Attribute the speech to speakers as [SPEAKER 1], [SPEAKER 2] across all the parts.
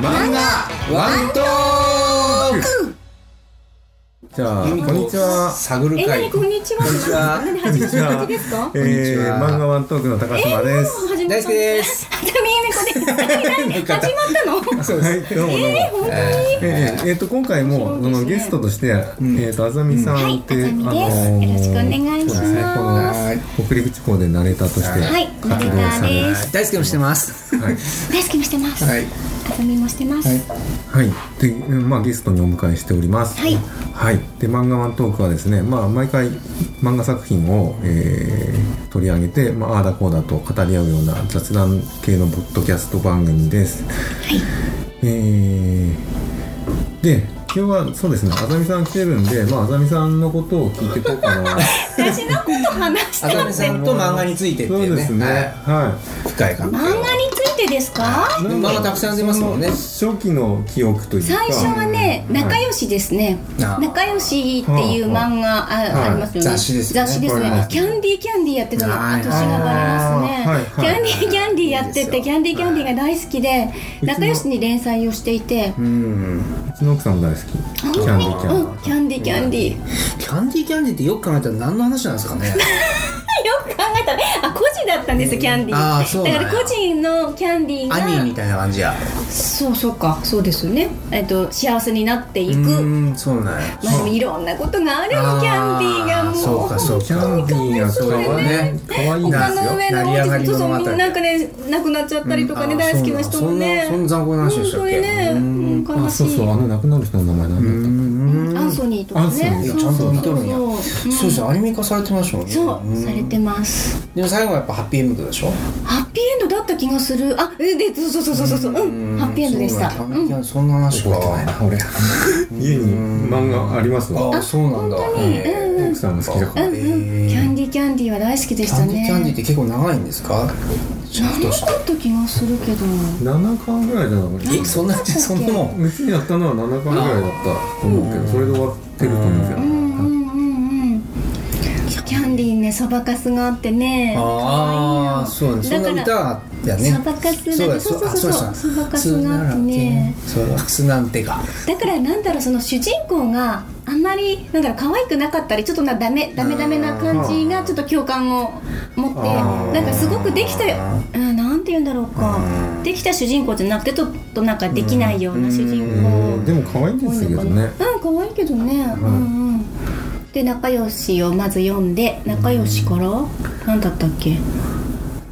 [SPEAKER 1] 漫画ワントーク
[SPEAKER 2] じゃあ、こんにちは。
[SPEAKER 1] 探る
[SPEAKER 3] え、な
[SPEAKER 1] 会
[SPEAKER 3] にこんにちは。
[SPEAKER 1] こんにちは
[SPEAKER 3] 何初めての時ですか。
[SPEAKER 2] えー、漫画ワントークの高島です。
[SPEAKER 3] 初め
[SPEAKER 1] 大
[SPEAKER 3] て
[SPEAKER 1] 輔です。
[SPEAKER 3] あ、たみゆみこです。え何始まったの。
[SPEAKER 1] そう
[SPEAKER 2] はい、どうもどうも。
[SPEAKER 3] え、本当
[SPEAKER 2] えーえーと今回もそのゲストとして、えーとあざみさ
[SPEAKER 3] に。は
[SPEAKER 2] ん
[SPEAKER 3] い、
[SPEAKER 2] って、
[SPEAKER 3] あざみです。よろしくお願いしま
[SPEAKER 2] は
[SPEAKER 3] す。
[SPEAKER 2] いこの北陸地方でナレーターとして
[SPEAKER 3] はい、ナ
[SPEAKER 2] 活
[SPEAKER 3] レ
[SPEAKER 2] 動
[SPEAKER 3] ータ
[SPEAKER 2] さ
[SPEAKER 3] ー
[SPEAKER 2] れ
[SPEAKER 3] で
[SPEAKER 2] て
[SPEAKER 3] す。
[SPEAKER 1] 大輔もしてます。
[SPEAKER 2] はい
[SPEAKER 3] 大好きもしてます。
[SPEAKER 1] はい
[SPEAKER 3] あざみもしてます。は
[SPEAKER 2] はい、で、うんまあ、ゲストにお迎えしております。
[SPEAKER 3] はい
[SPEAKER 2] はい、で、漫画ワントークはですね、まあ、毎回漫画作品を、えー取り上げて、まあ、ああだこうだと語り合うような雑談系のポッドキャスト番組です。えーで、今日はそうですね、あざみさん来てるんで、まあ、あざみさんのことを聞いていこうかな。
[SPEAKER 3] い、私のこと話し
[SPEAKER 1] あ
[SPEAKER 3] て
[SPEAKER 1] ざ
[SPEAKER 3] ま
[SPEAKER 1] み
[SPEAKER 3] す。漫
[SPEAKER 1] さんと漫画についてって
[SPEAKER 2] そう
[SPEAKER 1] いう
[SPEAKER 2] で
[SPEAKER 1] ね。
[SPEAKER 2] すね、
[SPEAKER 1] は。
[SPEAKER 2] はい
[SPEAKER 1] 深い関係
[SPEAKER 3] 画についてですか。
[SPEAKER 2] い。
[SPEAKER 1] 漫画たくさん出ますもんね
[SPEAKER 2] 初期の記憶というか。
[SPEAKER 3] 最初はね、仲良しですね。
[SPEAKER 1] あー
[SPEAKER 3] 仲良しっていう漫画
[SPEAKER 2] は
[SPEAKER 3] あ
[SPEAKER 2] い
[SPEAKER 3] ありますよね。
[SPEAKER 1] 雑誌ですね
[SPEAKER 3] 雑誌です
[SPEAKER 2] はい
[SPEAKER 3] ね。キャンディーキャンディーやってたの
[SPEAKER 1] はい
[SPEAKER 3] 年がバレますね。
[SPEAKER 2] あー
[SPEAKER 3] キ
[SPEAKER 2] はいは
[SPEAKER 3] ャン
[SPEAKER 2] い
[SPEAKER 3] ディーキャンディーやって
[SPEAKER 1] いいですよ
[SPEAKER 3] てキャンディーキャンディーが大好きで
[SPEAKER 2] い
[SPEAKER 3] 仲良しに連載をしていて。
[SPEAKER 1] うん。
[SPEAKER 2] うちの奥さんも大好き。
[SPEAKER 3] 本
[SPEAKER 2] キ
[SPEAKER 3] 当
[SPEAKER 2] ャン
[SPEAKER 3] に
[SPEAKER 2] ディキャン
[SPEAKER 3] うんキャンディーキャンディー よ
[SPEAKER 1] キャンディーキャンディーってよく考えたら何の話なんですかね。
[SPEAKER 3] く考えたらあ個人だったんですキャンディ
[SPEAKER 1] あーそう
[SPEAKER 3] ー
[SPEAKER 1] なん
[SPEAKER 3] だ
[SPEAKER 1] や
[SPEAKER 3] から個人のキャンディー
[SPEAKER 1] アニー
[SPEAKER 3] が
[SPEAKER 1] みたいな感じや。
[SPEAKER 3] そうそうかそうですよねえっと幸せになっていうく
[SPEAKER 1] ん、そうなんや。
[SPEAKER 3] まあでもいろんなことがあるキャンディーがもう
[SPEAKER 1] そうかそうか。
[SPEAKER 2] キャンディーがそれはね、可愛いな
[SPEAKER 3] 丘
[SPEAKER 2] んです
[SPEAKER 3] の
[SPEAKER 2] よ。
[SPEAKER 3] 上の
[SPEAKER 1] 成り上がり
[SPEAKER 3] そうそう
[SPEAKER 1] 物語
[SPEAKER 3] みんななんかね亡くなっちゃったりとかね、
[SPEAKER 1] うんあー
[SPEAKER 3] 大好きな人
[SPEAKER 1] そ
[SPEAKER 3] もね
[SPEAKER 1] うなんそんな残酷な話でしたっけ
[SPEAKER 3] 本当にね、
[SPEAKER 1] うん
[SPEAKER 3] うん、悲
[SPEAKER 2] あ、
[SPEAKER 3] し
[SPEAKER 2] そ
[SPEAKER 3] いう
[SPEAKER 2] そう、あの亡くなる人の名前なんだったっけ。
[SPEAKER 1] うん。
[SPEAKER 3] アンソニーとか
[SPEAKER 2] アンソニー
[SPEAKER 3] ね
[SPEAKER 1] いや
[SPEAKER 3] そう
[SPEAKER 1] ちゃんと見とるんや
[SPEAKER 3] そう。
[SPEAKER 1] そ
[SPEAKER 3] そうう
[SPEAKER 1] ですアニメ化されてましたもんね。
[SPEAKER 3] そう、
[SPEAKER 1] ん
[SPEAKER 3] されてます
[SPEAKER 1] でも最後はやっぱハッピーエンドでしょ。
[SPEAKER 3] ハッピーエンドだった気がするあえでそうそうそうそうそううん、ハッピーエンドでした
[SPEAKER 1] そう
[SPEAKER 3] う
[SPEAKER 1] なん
[SPEAKER 3] ん
[SPEAKER 1] だそんな話か。
[SPEAKER 2] 覚えてないな、俺。 家に漫画ありますわ。
[SPEAKER 1] あ、そうなんだ。
[SPEAKER 3] 本当に
[SPEAKER 1] へー
[SPEAKER 3] うんうん
[SPEAKER 2] 奥さんも好きだから
[SPEAKER 3] うんうん、キャンディーキャンディーは大好きでしたね
[SPEAKER 1] キャンディーキャンディーって結構長いんですか？シャフ
[SPEAKER 3] 長
[SPEAKER 1] トし
[SPEAKER 3] かった気がするけど
[SPEAKER 2] 7巻ぐらいじゃなかった
[SPEAKER 1] て。え、そんなそんなもん。
[SPEAKER 2] うちにやったのは7巻ぐらいだったと思うけど、それで終わってると思うんですよ。
[SPEAKER 3] うんうんうんうんキャンディーねそばかすがあってね
[SPEAKER 1] ああ、
[SPEAKER 3] 可愛
[SPEAKER 1] そ
[SPEAKER 3] いうの
[SPEAKER 1] ね。そんな
[SPEAKER 3] だから
[SPEAKER 1] 歌だね。
[SPEAKER 3] そばかすだね
[SPEAKER 1] そうだ
[SPEAKER 3] そうそうそうそう
[SPEAKER 1] あ
[SPEAKER 3] そばかすなんてね
[SPEAKER 1] そばかすなんてか。
[SPEAKER 3] だからなんだろうその主人公があんまりなんだろう可愛くなかったりちょっとなダメダメダメな感じがちょっと共感を持って
[SPEAKER 2] あー
[SPEAKER 3] なんかすごくできたうんなんて言うんだろうかできた主人公じゃなくてちょっとなんかできないような主人公
[SPEAKER 2] でも可愛いんですけどね。
[SPEAKER 3] うん可愛いけどねうんうんで仲良しをまず読んで仲良しから何だったっけ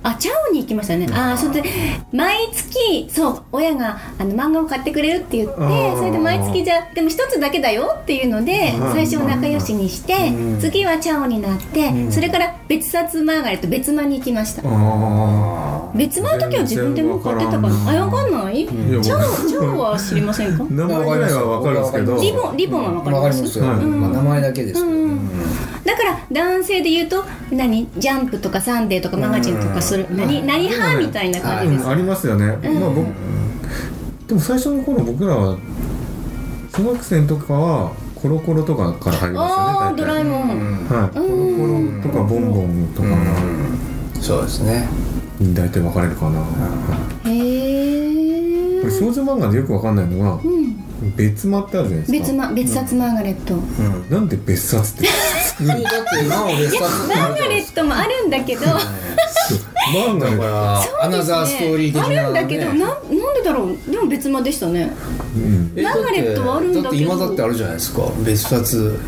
[SPEAKER 3] あチャオに行きましたねああそれで毎月そう親があの漫画を買ってくれるって言って
[SPEAKER 2] ー
[SPEAKER 3] それで毎月じゃでも一つだけだよっていうので
[SPEAKER 2] うん
[SPEAKER 3] 最初は仲良しにして
[SPEAKER 1] うん
[SPEAKER 3] 次はチャオになってそれから別冊マーガレット別間に行きました
[SPEAKER 2] ああ。
[SPEAKER 3] 別間の時は自分でもう買ってたかな
[SPEAKER 2] 全然わからん
[SPEAKER 3] あわかんないチ
[SPEAKER 2] ん
[SPEAKER 3] ャオチャオは知りませんか
[SPEAKER 2] 名前ぐらいはわかるんですけど。
[SPEAKER 3] リボンリボンはわかり
[SPEAKER 1] わか
[SPEAKER 3] ま
[SPEAKER 1] り
[SPEAKER 3] す
[SPEAKER 1] ますよ。
[SPEAKER 2] うん
[SPEAKER 1] まあ名前だけですけど。
[SPEAKER 3] うん
[SPEAKER 1] うん
[SPEAKER 3] だから男性で言うと何ジャンプとかサンデーとかマガジンとかする何何派みたいな感じです
[SPEAKER 2] うんありますよね。まあ僕でも最初の頃僕らは小学生とかはコロコロとかから入り
[SPEAKER 3] あ
[SPEAKER 2] ま
[SPEAKER 3] あ
[SPEAKER 2] す
[SPEAKER 3] ド
[SPEAKER 2] よね。
[SPEAKER 3] ラえもん
[SPEAKER 1] うん
[SPEAKER 2] はい。コロコロとかボンボンとか
[SPEAKER 1] そうですね。
[SPEAKER 2] に大体分かれるかな。
[SPEAKER 3] へえ
[SPEAKER 2] これ少女漫画でよく分かんないのが
[SPEAKER 3] うん
[SPEAKER 2] 別間ってあるじゃないです
[SPEAKER 3] 別
[SPEAKER 2] か。
[SPEAKER 3] ま別冊マーガレット
[SPEAKER 1] うん。
[SPEAKER 2] なんで別冊って
[SPEAKER 1] だって今も別冊
[SPEAKER 3] マーガレットもあるんだ けど
[SPEAKER 2] 漫画
[SPEAKER 1] だか
[SPEAKER 2] で
[SPEAKER 1] ら、アナザーストーリー的な、ね、
[SPEAKER 3] あるんだけどなんなんでだろうでも別間でしたね
[SPEAKER 2] うん
[SPEAKER 1] え
[SPEAKER 3] マーガレットはあるんだけど
[SPEAKER 1] って今だってあるじゃないですか別冊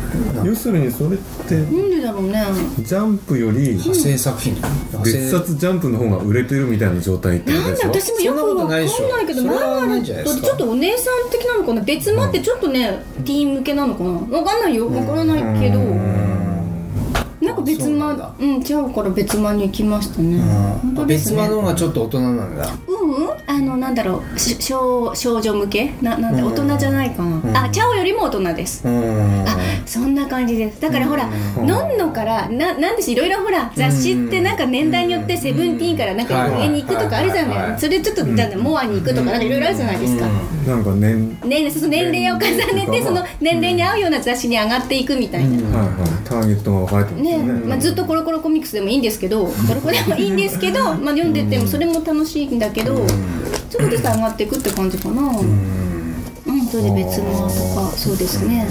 [SPEAKER 2] 要するにそれって
[SPEAKER 3] なんでだろうね
[SPEAKER 2] ジャンプより
[SPEAKER 1] 派生作品
[SPEAKER 2] 別冊ジャンプの方が売れてるみたいな状態ってこ
[SPEAKER 3] な
[SPEAKER 2] と
[SPEAKER 3] ん
[SPEAKER 2] で
[SPEAKER 3] で
[SPEAKER 2] しょ。
[SPEAKER 3] 私もよくわかんない
[SPEAKER 1] そんなことない
[SPEAKER 3] け
[SPEAKER 1] でし
[SPEAKER 3] ど
[SPEAKER 1] ょ
[SPEAKER 3] マーガレ
[SPEAKER 1] それはないんじゃない
[SPEAKER 3] ッ
[SPEAKER 1] で
[SPEAKER 3] ト
[SPEAKER 1] す
[SPEAKER 3] っ
[SPEAKER 1] か
[SPEAKER 3] てちょっとお姉さん的なのかな別間ってちょっとねティーン向けなのかなわかんないよわからないけどなんか別
[SPEAKER 1] そうな
[SPEAKER 3] 間
[SPEAKER 1] んだ
[SPEAKER 3] うん違うから別間に行きましたね本当です
[SPEAKER 1] 別
[SPEAKER 3] ね
[SPEAKER 1] 間の方がちょっと大人なんだ
[SPEAKER 3] うんうんあのなんだろうし少少女向けななんだ
[SPEAKER 1] うん
[SPEAKER 3] 大人じゃないかなあチャオよりも大人です
[SPEAKER 1] うん
[SPEAKER 3] あそんな感じですだからほらのんのからななんでしいろいろほら雑誌ってなんか年代によってセブンティーンからなんか上に行くとかあるじ
[SPEAKER 1] はいはいはい
[SPEAKER 3] ゃ
[SPEAKER 1] は
[SPEAKER 3] ないいそれちょっとなんだモアに行くとかなんかいろいろあるじゃないですか
[SPEAKER 2] なんか年
[SPEAKER 3] 年その年齢を重ねてその年齢に合うような雑誌に上がっていくみたいな
[SPEAKER 2] はいはいターゲットが分かれてます
[SPEAKER 3] ね
[SPEAKER 2] よね。
[SPEAKER 3] まあ、ずっとコロコロコミックスでもいいんですけどコロコロでもいいんですけど、まあ、読んでてもそれも楽しいんだけど、ちょっとずつ上がっていくって感じかなうんそれで別のとかそうですね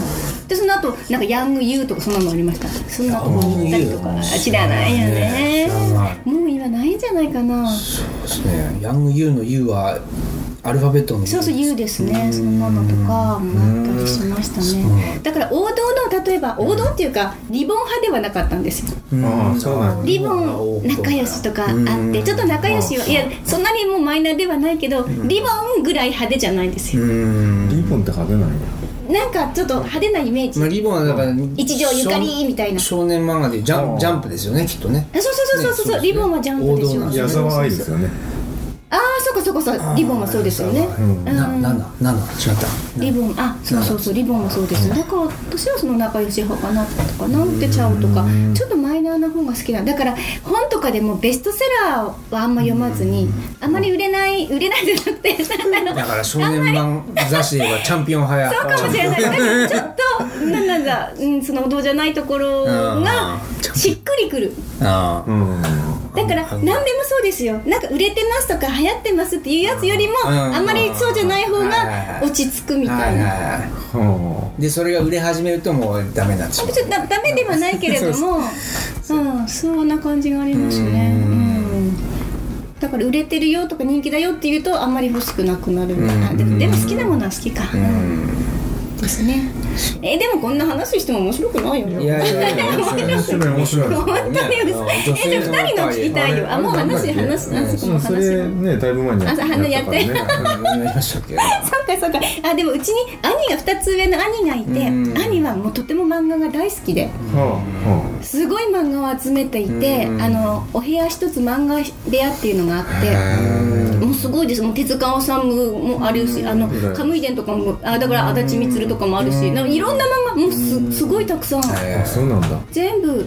[SPEAKER 3] でその後なんかヤングユーとかそんなのありましたそんなとこに行ったりとか
[SPEAKER 1] ヤングユー
[SPEAKER 3] 知らないよね
[SPEAKER 1] 知らない
[SPEAKER 3] もう今ないんじゃないかな
[SPEAKER 1] そうですね。ヤングユーの U はアルファベットの U
[SPEAKER 3] そうそう U ですねそんなのとかもあったりしましたねだから王道の例えば王道っていうかリボン派ではなかったんですよ
[SPEAKER 2] ああそうなんだ
[SPEAKER 3] リボン仲良しとかあってちょっと仲良しはいやそんなにもうマイナーではないけどリボンぐらい派手じゃないんですよ
[SPEAKER 1] うん
[SPEAKER 2] リボンって派手なんや
[SPEAKER 3] なんかちょっと派手なイメージ
[SPEAKER 1] まあリボンはだから
[SPEAKER 3] 一条ゆかりみたいな
[SPEAKER 1] 少年漫画でジャ
[SPEAKER 2] あ
[SPEAKER 1] ン
[SPEAKER 2] あ
[SPEAKER 1] ジャンプですよねきっとね
[SPEAKER 3] あそうそうそうそうそ
[SPEAKER 1] ねそうで
[SPEAKER 3] う、
[SPEAKER 1] すね
[SPEAKER 3] リボンはジャンプで
[SPEAKER 1] 王
[SPEAKER 3] し
[SPEAKER 1] 道なん
[SPEAKER 3] ょ
[SPEAKER 1] で
[SPEAKER 2] 矢沢愛ですよね
[SPEAKER 3] ああそうかそうかそうリボンはそうですよね
[SPEAKER 1] うんな
[SPEAKER 3] うん
[SPEAKER 1] なんだなんだ違った
[SPEAKER 3] リボンあそうそうそうリボンもそうですだから私はその仲良し派かなとかなんてちゃうとかちょっとマイナーな本が好きなだから本とかでもベストセラーはあんま読まずにあまり売れない売れないじゃなくてなんだろう
[SPEAKER 1] だから少年漫画雑誌ではチャンピオン派や
[SPEAKER 3] そうかもしれない だからちょっとなんなんだ、うん、その王道じゃないところがしっくりくる
[SPEAKER 1] ああ
[SPEAKER 2] うん
[SPEAKER 3] だから
[SPEAKER 1] あの
[SPEAKER 3] 何でもそうですよなんか売れてますとか流行ってますっていうやつよりも
[SPEAKER 1] うん
[SPEAKER 3] あんまりそうじゃない方が
[SPEAKER 1] うん
[SPEAKER 3] 落ち着くみ
[SPEAKER 1] は
[SPEAKER 3] たい
[SPEAKER 1] いはい
[SPEAKER 3] な。
[SPEAKER 1] は
[SPEAKER 2] はい
[SPEAKER 1] でそれが売れ始めるともうダメになってしまう
[SPEAKER 3] ちょっとダダメではないけれども、うん、そんな感じがありますね。
[SPEAKER 1] う
[SPEAKER 3] うんんだから売れてるよとか人気だよっていうとあんまり欲しくなくなるみたいな。でもでも好きなものは好きか。ですね。えーでもこんな話しても面白くないよね。
[SPEAKER 1] いやいやいや面
[SPEAKER 2] 白い面白い
[SPEAKER 3] 本当に嘘えじゃあ二人の聞きたいよ。あもう話話す話
[SPEAKER 2] うんそれねだいぶ前にやった
[SPEAKER 3] あ
[SPEAKER 2] か
[SPEAKER 3] そうやっ
[SPEAKER 2] ら
[SPEAKER 3] て
[SPEAKER 2] ね
[SPEAKER 1] 何やりましたっけ
[SPEAKER 3] そうかそうかあでもうちに兄が2つ上の兄がいて、
[SPEAKER 1] うん
[SPEAKER 3] 兄はもうとても漫画が大好きで
[SPEAKER 2] はあは
[SPEAKER 3] すごい漫画を集めていて、
[SPEAKER 1] うん
[SPEAKER 3] あのお部屋一つ漫画部屋っていうのがあって。もうすごいですもう手塚治虫もあるし、あの
[SPEAKER 2] うん
[SPEAKER 3] カムイ伝とかもあだから足立光とかもあるし、なんかいろんな漫画もうすすごいたくさん、
[SPEAKER 2] ああそうなんだ
[SPEAKER 3] 全部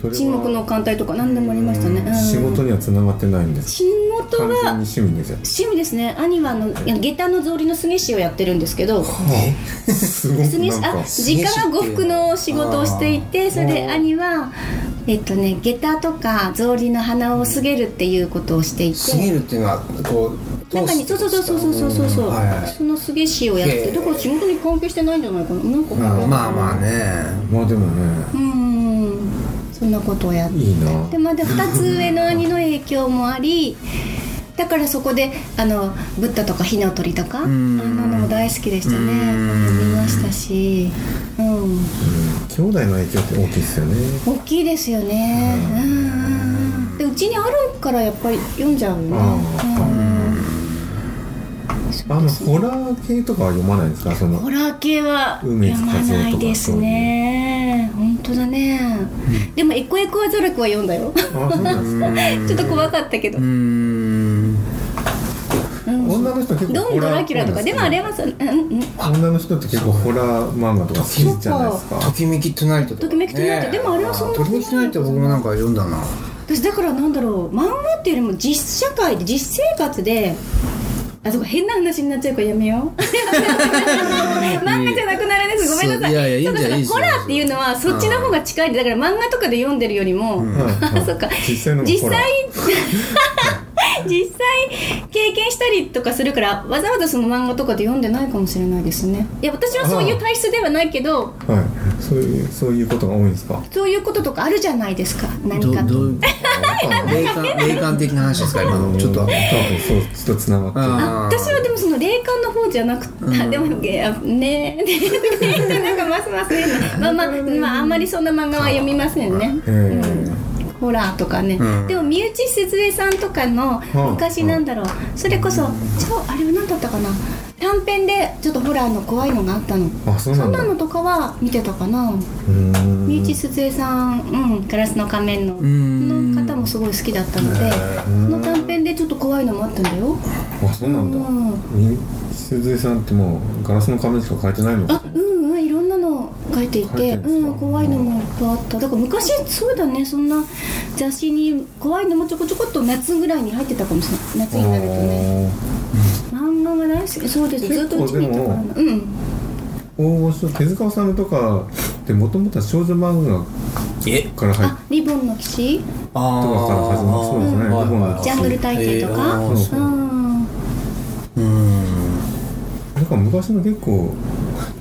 [SPEAKER 2] それは
[SPEAKER 3] 沈黙の艦隊とか何でもありましたね、うん、
[SPEAKER 2] 仕事には繋がってないんです
[SPEAKER 3] 仕事
[SPEAKER 2] 完全
[SPEAKER 3] は
[SPEAKER 2] に趣味ですよ
[SPEAKER 3] 趣味ですね兄はあのいや下駄の草履の杉師をやってるんですけど
[SPEAKER 2] すごく
[SPEAKER 3] 杉
[SPEAKER 2] なん
[SPEAKER 3] あ
[SPEAKER 2] か
[SPEAKER 3] 実家が呉服の仕事をしていてそれで兄はえっとね下駄とか草履の鼻をすげるっていうことをしてい
[SPEAKER 1] すぎ
[SPEAKER 3] て
[SPEAKER 1] るっていうのはこう
[SPEAKER 3] 中にそうそうそうそうそうそうそうそう、
[SPEAKER 1] はいはい
[SPEAKER 3] そのすげ師をやって
[SPEAKER 1] へえ
[SPEAKER 3] だから仕事に関係してないんじゃないかななんか
[SPEAKER 1] まあまあまあね
[SPEAKER 2] まあでもね
[SPEAKER 3] うんそんなことをやって
[SPEAKER 2] いいな
[SPEAKER 3] でまだ2つ上の兄の影響もありだからそこであのブッダとか火の鳥とかあん
[SPEAKER 1] ん
[SPEAKER 3] なのも大好きでしたね
[SPEAKER 1] うん
[SPEAKER 3] 見ましたし、うん、
[SPEAKER 2] 兄弟の影響って大きいですよね
[SPEAKER 3] 大きいですよねうんでうちにあるからやっぱり読んじゃうよねうん
[SPEAKER 2] あのホラー系とかは読まないんですかその
[SPEAKER 3] ホラー系は読
[SPEAKER 2] 梅津和
[SPEAKER 3] ま
[SPEAKER 2] 夫とか
[SPEAKER 3] ないですね本当だねでも「エコエコアザラク」は読んだよ
[SPEAKER 2] あそうなんですか
[SPEAKER 3] ちょっと怖かったけど
[SPEAKER 1] うーん
[SPEAKER 3] うん
[SPEAKER 2] 女の人結構
[SPEAKER 3] ドン・
[SPEAKER 2] ホ
[SPEAKER 3] ド
[SPEAKER 2] ラー
[SPEAKER 3] ラ
[SPEAKER 2] っぽ
[SPEAKER 3] キ
[SPEAKER 2] い
[SPEAKER 3] ュラと
[SPEAKER 2] で
[SPEAKER 3] か
[SPEAKER 2] す
[SPEAKER 3] で
[SPEAKER 2] よ
[SPEAKER 3] もあれはさ、うんうん、
[SPEAKER 2] 女の人って結構ホラー漫画とか好きじゃないですか
[SPEAKER 1] ときめきトゥナイトとか
[SPEAKER 3] ときめきトゥナイト
[SPEAKER 1] ね
[SPEAKER 3] でもあれはそんな
[SPEAKER 1] ときめきトゥナイト僕もなんか読んだな
[SPEAKER 3] 私だからなんだろう漫画っていうよりも実社会で実生活であそこ変な話になっちゃうからやめよ う漫画じゃなくならないですごめんなさい
[SPEAKER 1] そういやいやいいんじゃないいい
[SPEAKER 3] そうそうそう
[SPEAKER 1] ですよ
[SPEAKER 3] ホラーっていうのはそっちの方が近いでだから漫画とかで読んでるよりも、あ そっか
[SPEAKER 2] 実際のもホ
[SPEAKER 3] 実
[SPEAKER 2] ラー
[SPEAKER 3] 際 実際経験したりとかするからわざわざその漫画とかで読んでないかもしれないですねいや私はそういう体質ではないけど
[SPEAKER 2] はいそういうそういうことが多いんですか
[SPEAKER 3] そういうこととかあるじゃないですか何
[SPEAKER 1] ど
[SPEAKER 3] かと
[SPEAKER 1] どういう霊感霊感的な話ですか今のちょっ
[SPEAKER 2] 多
[SPEAKER 1] と
[SPEAKER 2] 分そうちょっとつながってる
[SPEAKER 1] あー
[SPEAKER 3] 私はでもその霊感の方じゃなくて、あでもいやねえなんかますますねまあまあまああんまりそんな漫画は読みませんね
[SPEAKER 2] え
[SPEAKER 3] ホラーとかね、
[SPEAKER 1] うん
[SPEAKER 3] でも三内節江さんとかの
[SPEAKER 2] うん
[SPEAKER 3] 昔なんだろう、それこそ違うあれは何だったかな短編でちょっとホラーの怖いのがあったの
[SPEAKER 2] えあそう
[SPEAKER 3] そ
[SPEAKER 2] なんん
[SPEAKER 3] な
[SPEAKER 2] だ
[SPEAKER 3] のとかは見てたかな
[SPEAKER 2] うーん
[SPEAKER 3] 三内鈴江さん、うん、ガラスの仮面の、
[SPEAKER 1] ん
[SPEAKER 3] の方もすごい好きだったので、その短編でちょっと怖いのもあったんだよ。
[SPEAKER 2] あそうなんだ
[SPEAKER 3] うん
[SPEAKER 2] み鈴江さんってもうガラスの仮面しか書いてないの
[SPEAKER 3] あうんうんいろんなの書いてい
[SPEAKER 2] 書いて
[SPEAKER 3] て
[SPEAKER 2] るんですか
[SPEAKER 3] うん怖いのもいっぱいあっただから昔そうだねそんな雑誌に怖いのもちょこちょこっと夏ぐらいに入ってたかもしれない夏になるとね漫画が大好きそうですずっ
[SPEAKER 2] 結
[SPEAKER 3] とう
[SPEAKER 2] 構
[SPEAKER 3] ちにいたからなうん
[SPEAKER 2] あー大御所手塚治虫とかってもともとは少女漫画
[SPEAKER 1] え
[SPEAKER 2] から入っ
[SPEAKER 3] あリボンの騎士
[SPEAKER 1] あ
[SPEAKER 2] とかから始まるそうです
[SPEAKER 1] は
[SPEAKER 2] ね
[SPEAKER 1] いはいはい
[SPEAKER 2] リボンの騎
[SPEAKER 3] ジャングル体系とか
[SPEAKER 1] えーあーそう
[SPEAKER 3] うん
[SPEAKER 1] うん
[SPEAKER 2] だから昔の結構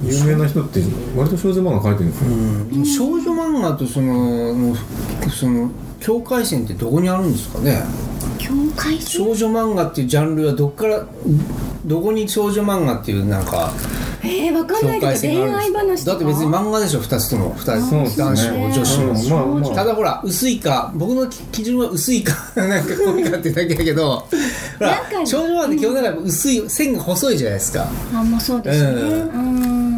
[SPEAKER 2] 有名な人って割と少女漫画描いてるんですよ
[SPEAKER 1] うん少女漫画とそのもうその境界線ってどこにあるんですかね
[SPEAKER 3] 境界線
[SPEAKER 1] 少女漫画っていうジャンルはどっからどこに少女漫画っていうなんか
[SPEAKER 3] えー、わかん
[SPEAKER 1] 境
[SPEAKER 3] ない
[SPEAKER 1] 界
[SPEAKER 3] けど
[SPEAKER 1] 線
[SPEAKER 3] 恋
[SPEAKER 1] がある
[SPEAKER 3] 愛
[SPEAKER 1] んで
[SPEAKER 3] 話
[SPEAKER 1] す
[SPEAKER 3] と
[SPEAKER 1] か
[SPEAKER 3] か
[SPEAKER 1] だって別に漫画でしょ2つとも2
[SPEAKER 2] そうで
[SPEAKER 1] つ
[SPEAKER 2] すね
[SPEAKER 1] 男子も女子も、
[SPEAKER 2] うんまあまあ
[SPEAKER 1] ただほら薄いか僕の基準は薄いかなんか濃いかってだけだけどほら
[SPEAKER 3] なんか
[SPEAKER 1] 少女漫画って基本なんか薄い線が細いじゃないですか
[SPEAKER 3] あんまそうですね
[SPEAKER 1] う
[SPEAKER 3] うん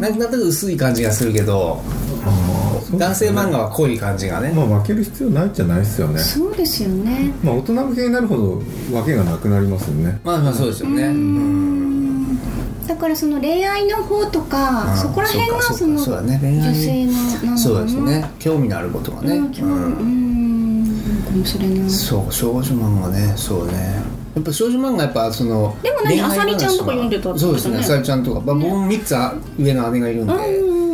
[SPEAKER 1] なんなんとなく薄い感じがするけど
[SPEAKER 2] ああ
[SPEAKER 1] 男性漫画は濃い感じがね
[SPEAKER 2] まあ分ける必要ないじゃないですよね
[SPEAKER 3] そうですよね
[SPEAKER 2] まあ大人向けになるほど分けがなくなりますよね
[SPEAKER 1] まあまあそうですよね
[SPEAKER 3] だからその恋愛の方とか
[SPEAKER 1] うん
[SPEAKER 3] そこら辺が
[SPEAKER 1] そうか
[SPEAKER 3] その
[SPEAKER 1] そうかそうだね恋愛
[SPEAKER 3] 女性のなんか
[SPEAKER 1] そうですね興味のあることがね、
[SPEAKER 3] うんうんなんかもしれない
[SPEAKER 1] そう少女漫画ねそうねやっぱ少女漫画やっぱその
[SPEAKER 3] でも何
[SPEAKER 1] 恋愛話
[SPEAKER 3] あさりちゃんとか読んでたって
[SPEAKER 1] そ
[SPEAKER 3] 言
[SPEAKER 1] う
[SPEAKER 3] っ
[SPEAKER 1] です
[SPEAKER 3] てたね
[SPEAKER 1] ねあさりちゃんとか、まあ、僕も3つ上の姉がいるんで、
[SPEAKER 3] うん
[SPEAKER 1] うん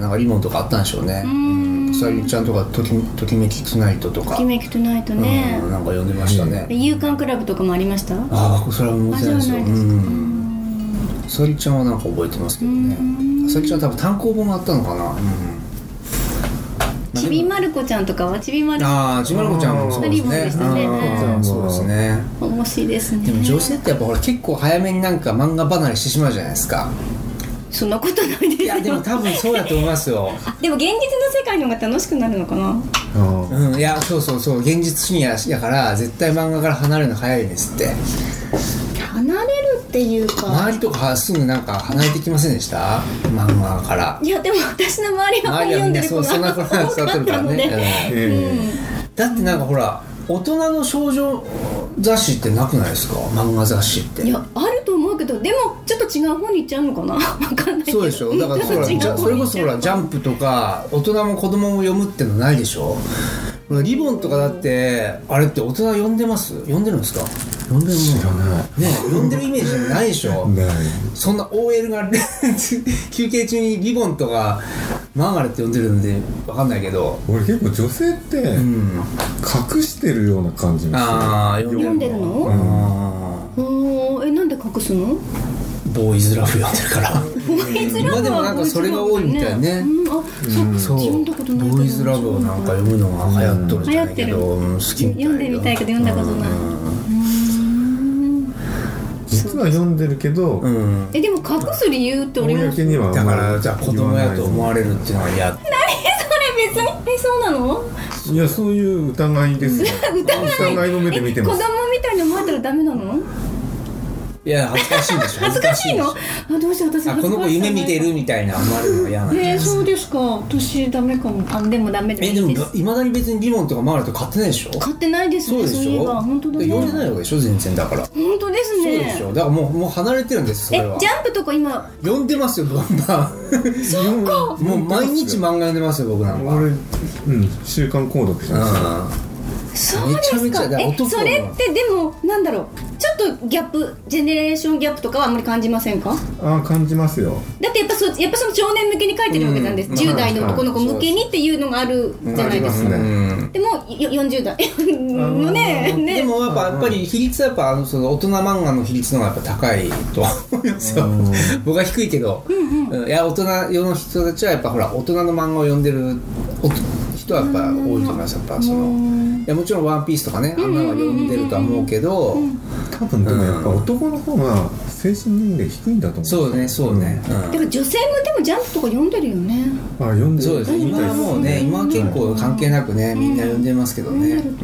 [SPEAKER 1] なんかリボンとかあったんでしょうねうんあさりちゃんとかときときめきツナイトと
[SPEAKER 3] と
[SPEAKER 1] か
[SPEAKER 3] きめきとないとね
[SPEAKER 1] うんなんか読んでましたね、
[SPEAKER 3] で夕刊クラブとかもありましたあ
[SPEAKER 1] ああそれはもう
[SPEAKER 3] じ
[SPEAKER 1] 全
[SPEAKER 3] ゃない
[SPEAKER 1] 然
[SPEAKER 3] で
[SPEAKER 1] ですす
[SPEAKER 3] か
[SPEAKER 1] よう
[SPEAKER 3] う
[SPEAKER 1] ん
[SPEAKER 3] ん
[SPEAKER 1] あさりちゃんはなんか覚えてますけどねあさりちゃんは多分単行本があったのかな、うん
[SPEAKER 3] ちびまる子ちゃんとかはちびまる
[SPEAKER 1] ああちまる子ちゃんもそうです
[SPEAKER 3] リボンで
[SPEAKER 1] ね
[SPEAKER 3] したね
[SPEAKER 1] あーそうですね
[SPEAKER 3] 子面白いですね
[SPEAKER 1] でも女性ってやっぱほら結構早めになんか漫画離れしてしまうじゃないですか
[SPEAKER 3] そんなことないですよ
[SPEAKER 1] いやでも多分そうだと思いますよ、
[SPEAKER 3] あでも現実の世界の方が楽しくなるのかな
[SPEAKER 2] ああ
[SPEAKER 1] うん、いやそうそうそう現実主義ややから絶対漫画から離れるの早いですって
[SPEAKER 3] 離れるっていうか
[SPEAKER 1] 周りとかすぐなんか離れてきませんでした漫画から
[SPEAKER 3] いやでも私の周りは本
[SPEAKER 1] 周りは
[SPEAKER 3] 読
[SPEAKER 1] み
[SPEAKER 3] ん
[SPEAKER 1] ん
[SPEAKER 3] で
[SPEAKER 1] な
[SPEAKER 3] る
[SPEAKER 1] そ
[SPEAKER 3] 子が
[SPEAKER 1] うそんな
[SPEAKER 3] 多
[SPEAKER 1] 子が育って
[SPEAKER 3] かっ
[SPEAKER 1] るか
[SPEAKER 3] た
[SPEAKER 1] ら
[SPEAKER 3] ので
[SPEAKER 1] ね、
[SPEAKER 2] え
[SPEAKER 1] うんだってなんかほら大人の少女雑誌ってなくないですか漫画雑誌って
[SPEAKER 3] いやあると思うけどでもちょっと違う方に行っちゃうのかな わかんないけど
[SPEAKER 1] そうでしょだから
[SPEAKER 3] ち
[SPEAKER 1] そ
[SPEAKER 3] ょ
[SPEAKER 1] ら
[SPEAKER 3] っと違う
[SPEAKER 1] じ
[SPEAKER 3] 方
[SPEAKER 1] ゃそれこそほらジャンプとか大人も子供も読むってのないでしょほらリボンとかだってあれって大人読んでます読んでるんですか読んでるもん
[SPEAKER 2] 知らない
[SPEAKER 1] ね読んでるイメージないでしょ
[SPEAKER 2] ない
[SPEAKER 1] そんな OL が 休憩中にリボンとかマーガレット読んでるんでわかんないけど
[SPEAKER 2] 俺結構女性って
[SPEAKER 1] うん
[SPEAKER 2] 隠してるような感じが
[SPEAKER 1] ああ
[SPEAKER 3] 読んでるの
[SPEAKER 1] あ
[SPEAKER 3] おーえなんで隠すの
[SPEAKER 1] ーボーイズラブ読んでる から今でもなんかそれが多いみたいね
[SPEAKER 3] うんあそ
[SPEAKER 1] そ
[SPEAKER 3] う
[SPEAKER 1] う
[SPEAKER 3] 読んだことないけど
[SPEAKER 1] ボーイズラブをなんか読むのが流行っとるじゃないけど、
[SPEAKER 3] う
[SPEAKER 1] うん、好きみたい
[SPEAKER 3] 読んでみたいけど読んだことない
[SPEAKER 2] 実は読んでるけど
[SPEAKER 1] うん、うん
[SPEAKER 3] えでも隠す理由って俺も
[SPEAKER 2] 公には
[SPEAKER 1] だからじゃあ子供やと思われるっていうのは嫌
[SPEAKER 3] え別にえそうなの
[SPEAKER 2] いやそういう疑いですよ疑いの目で見てま
[SPEAKER 3] 子
[SPEAKER 2] す
[SPEAKER 3] 供みたいに思われたらダメなの
[SPEAKER 1] いや恥ずかしいんでしょ
[SPEAKER 3] 恥ずかしいの
[SPEAKER 1] 恥ずか
[SPEAKER 3] あどうしよう私
[SPEAKER 1] しいでしょあこの子夢見てるみたいな思われるのは嫌なんじゃない
[SPEAKER 3] えー、
[SPEAKER 1] です
[SPEAKER 3] そ
[SPEAKER 1] か
[SPEAKER 3] うですか私ダメかもあでもダメで
[SPEAKER 1] え
[SPEAKER 3] す
[SPEAKER 1] でもいまだに別にリボンとかマーレとか買ってないでしょ
[SPEAKER 3] 買ってないです
[SPEAKER 1] そう
[SPEAKER 3] ね
[SPEAKER 1] で
[SPEAKER 3] そうい
[SPEAKER 1] し
[SPEAKER 3] え
[SPEAKER 1] ょ
[SPEAKER 3] ば本当だ
[SPEAKER 1] で
[SPEAKER 3] ね
[SPEAKER 1] 読んでないわけでしょ全然だから、
[SPEAKER 3] 本当です
[SPEAKER 1] そう
[SPEAKER 3] ね
[SPEAKER 1] でしょだからもうもう離れてるんですそ
[SPEAKER 3] え
[SPEAKER 1] れは
[SPEAKER 3] ジャンプとか今
[SPEAKER 1] 読んでますよバンバ
[SPEAKER 2] そうか
[SPEAKER 1] ンもう毎日漫画読んでますよ僕なんか
[SPEAKER 2] 俺うん週刊購読してます
[SPEAKER 3] そうです
[SPEAKER 1] めちゃ
[SPEAKER 3] か
[SPEAKER 1] めちゃ
[SPEAKER 3] え
[SPEAKER 1] 男
[SPEAKER 3] それってでもなんだろうちょっとギャップジェネレーションギャップとかはあんまり感じませんか
[SPEAKER 2] ああ感じますよ
[SPEAKER 3] だってやっぱそうやっぱその少年向けに書いてるわけなんです、
[SPEAKER 1] うん
[SPEAKER 3] 10代の男の子向けにっていうのがあるじゃないですか、
[SPEAKER 2] うん
[SPEAKER 1] う
[SPEAKER 2] ありますね
[SPEAKER 1] ん
[SPEAKER 3] でもよ40代の ねね
[SPEAKER 1] でもやっぱやっぱり比率はやっぱあのその大人漫画の比率の方がやっぱ高いと思いますよ僕は低いけど、うんいや大人世の人たちはやっぱほら大人の漫画を読んでるお人はやっぱ多いと思いますやっぱそのいやもちろん「ワンピースとかねあんなのは読んでるとは思うけど、
[SPEAKER 2] 多分でもやっぱ男の方が精神年齢低いんだと思う
[SPEAKER 1] そうねそうね、うん
[SPEAKER 3] だから女性もでもジャンプとか読んでるよね
[SPEAKER 2] あ読んで
[SPEAKER 1] そう
[SPEAKER 2] る
[SPEAKER 1] ですね
[SPEAKER 2] み
[SPEAKER 1] 今
[SPEAKER 2] たい
[SPEAKER 1] はもうね今は結構関係なくねみんな読んでますけどね
[SPEAKER 3] うん
[SPEAKER 1] うん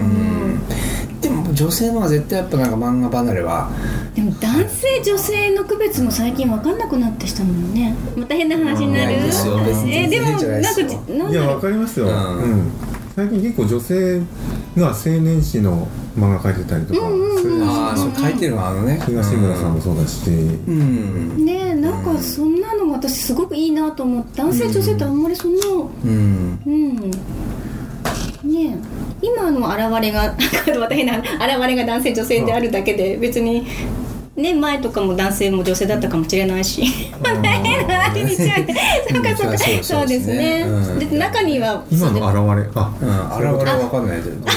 [SPEAKER 1] でも女性のは絶対やっぱなんか漫画離れは
[SPEAKER 3] でも男性女性の区別も最近分かんなくなってしたもんねまた変な話にな
[SPEAKER 1] うんい
[SPEAKER 3] る
[SPEAKER 1] やいいですよ別に
[SPEAKER 3] えーでも
[SPEAKER 1] 全然いいじゃな
[SPEAKER 3] ないん
[SPEAKER 1] で
[SPEAKER 3] か
[SPEAKER 1] す
[SPEAKER 3] ち
[SPEAKER 1] よ
[SPEAKER 3] なん
[SPEAKER 2] いや
[SPEAKER 3] だろ
[SPEAKER 2] わ
[SPEAKER 3] う
[SPEAKER 2] かりますよ、う
[SPEAKER 1] うん
[SPEAKER 2] ん最近結構女性が青年誌の漫画描いてたりとか、そういう
[SPEAKER 1] ああそう書いてるのはあのね
[SPEAKER 2] 東村さんもそうだし、
[SPEAKER 1] うん
[SPEAKER 3] ねえなんかそんなのが私すごくいいなと思って男性女性ってあんまりそんな
[SPEAKER 1] うん
[SPEAKER 3] うんねえ今の現れがまた変な現れが男性女性であるだけで別にね前とかも男性も女性だったかもしれないしまた変 な話にしちゃうそうかそう か
[SPEAKER 1] そう
[SPEAKER 3] そうですね
[SPEAKER 1] うん
[SPEAKER 3] で中には
[SPEAKER 2] 今の現れあ、
[SPEAKER 1] うんあれは分かんないけど
[SPEAKER 3] 今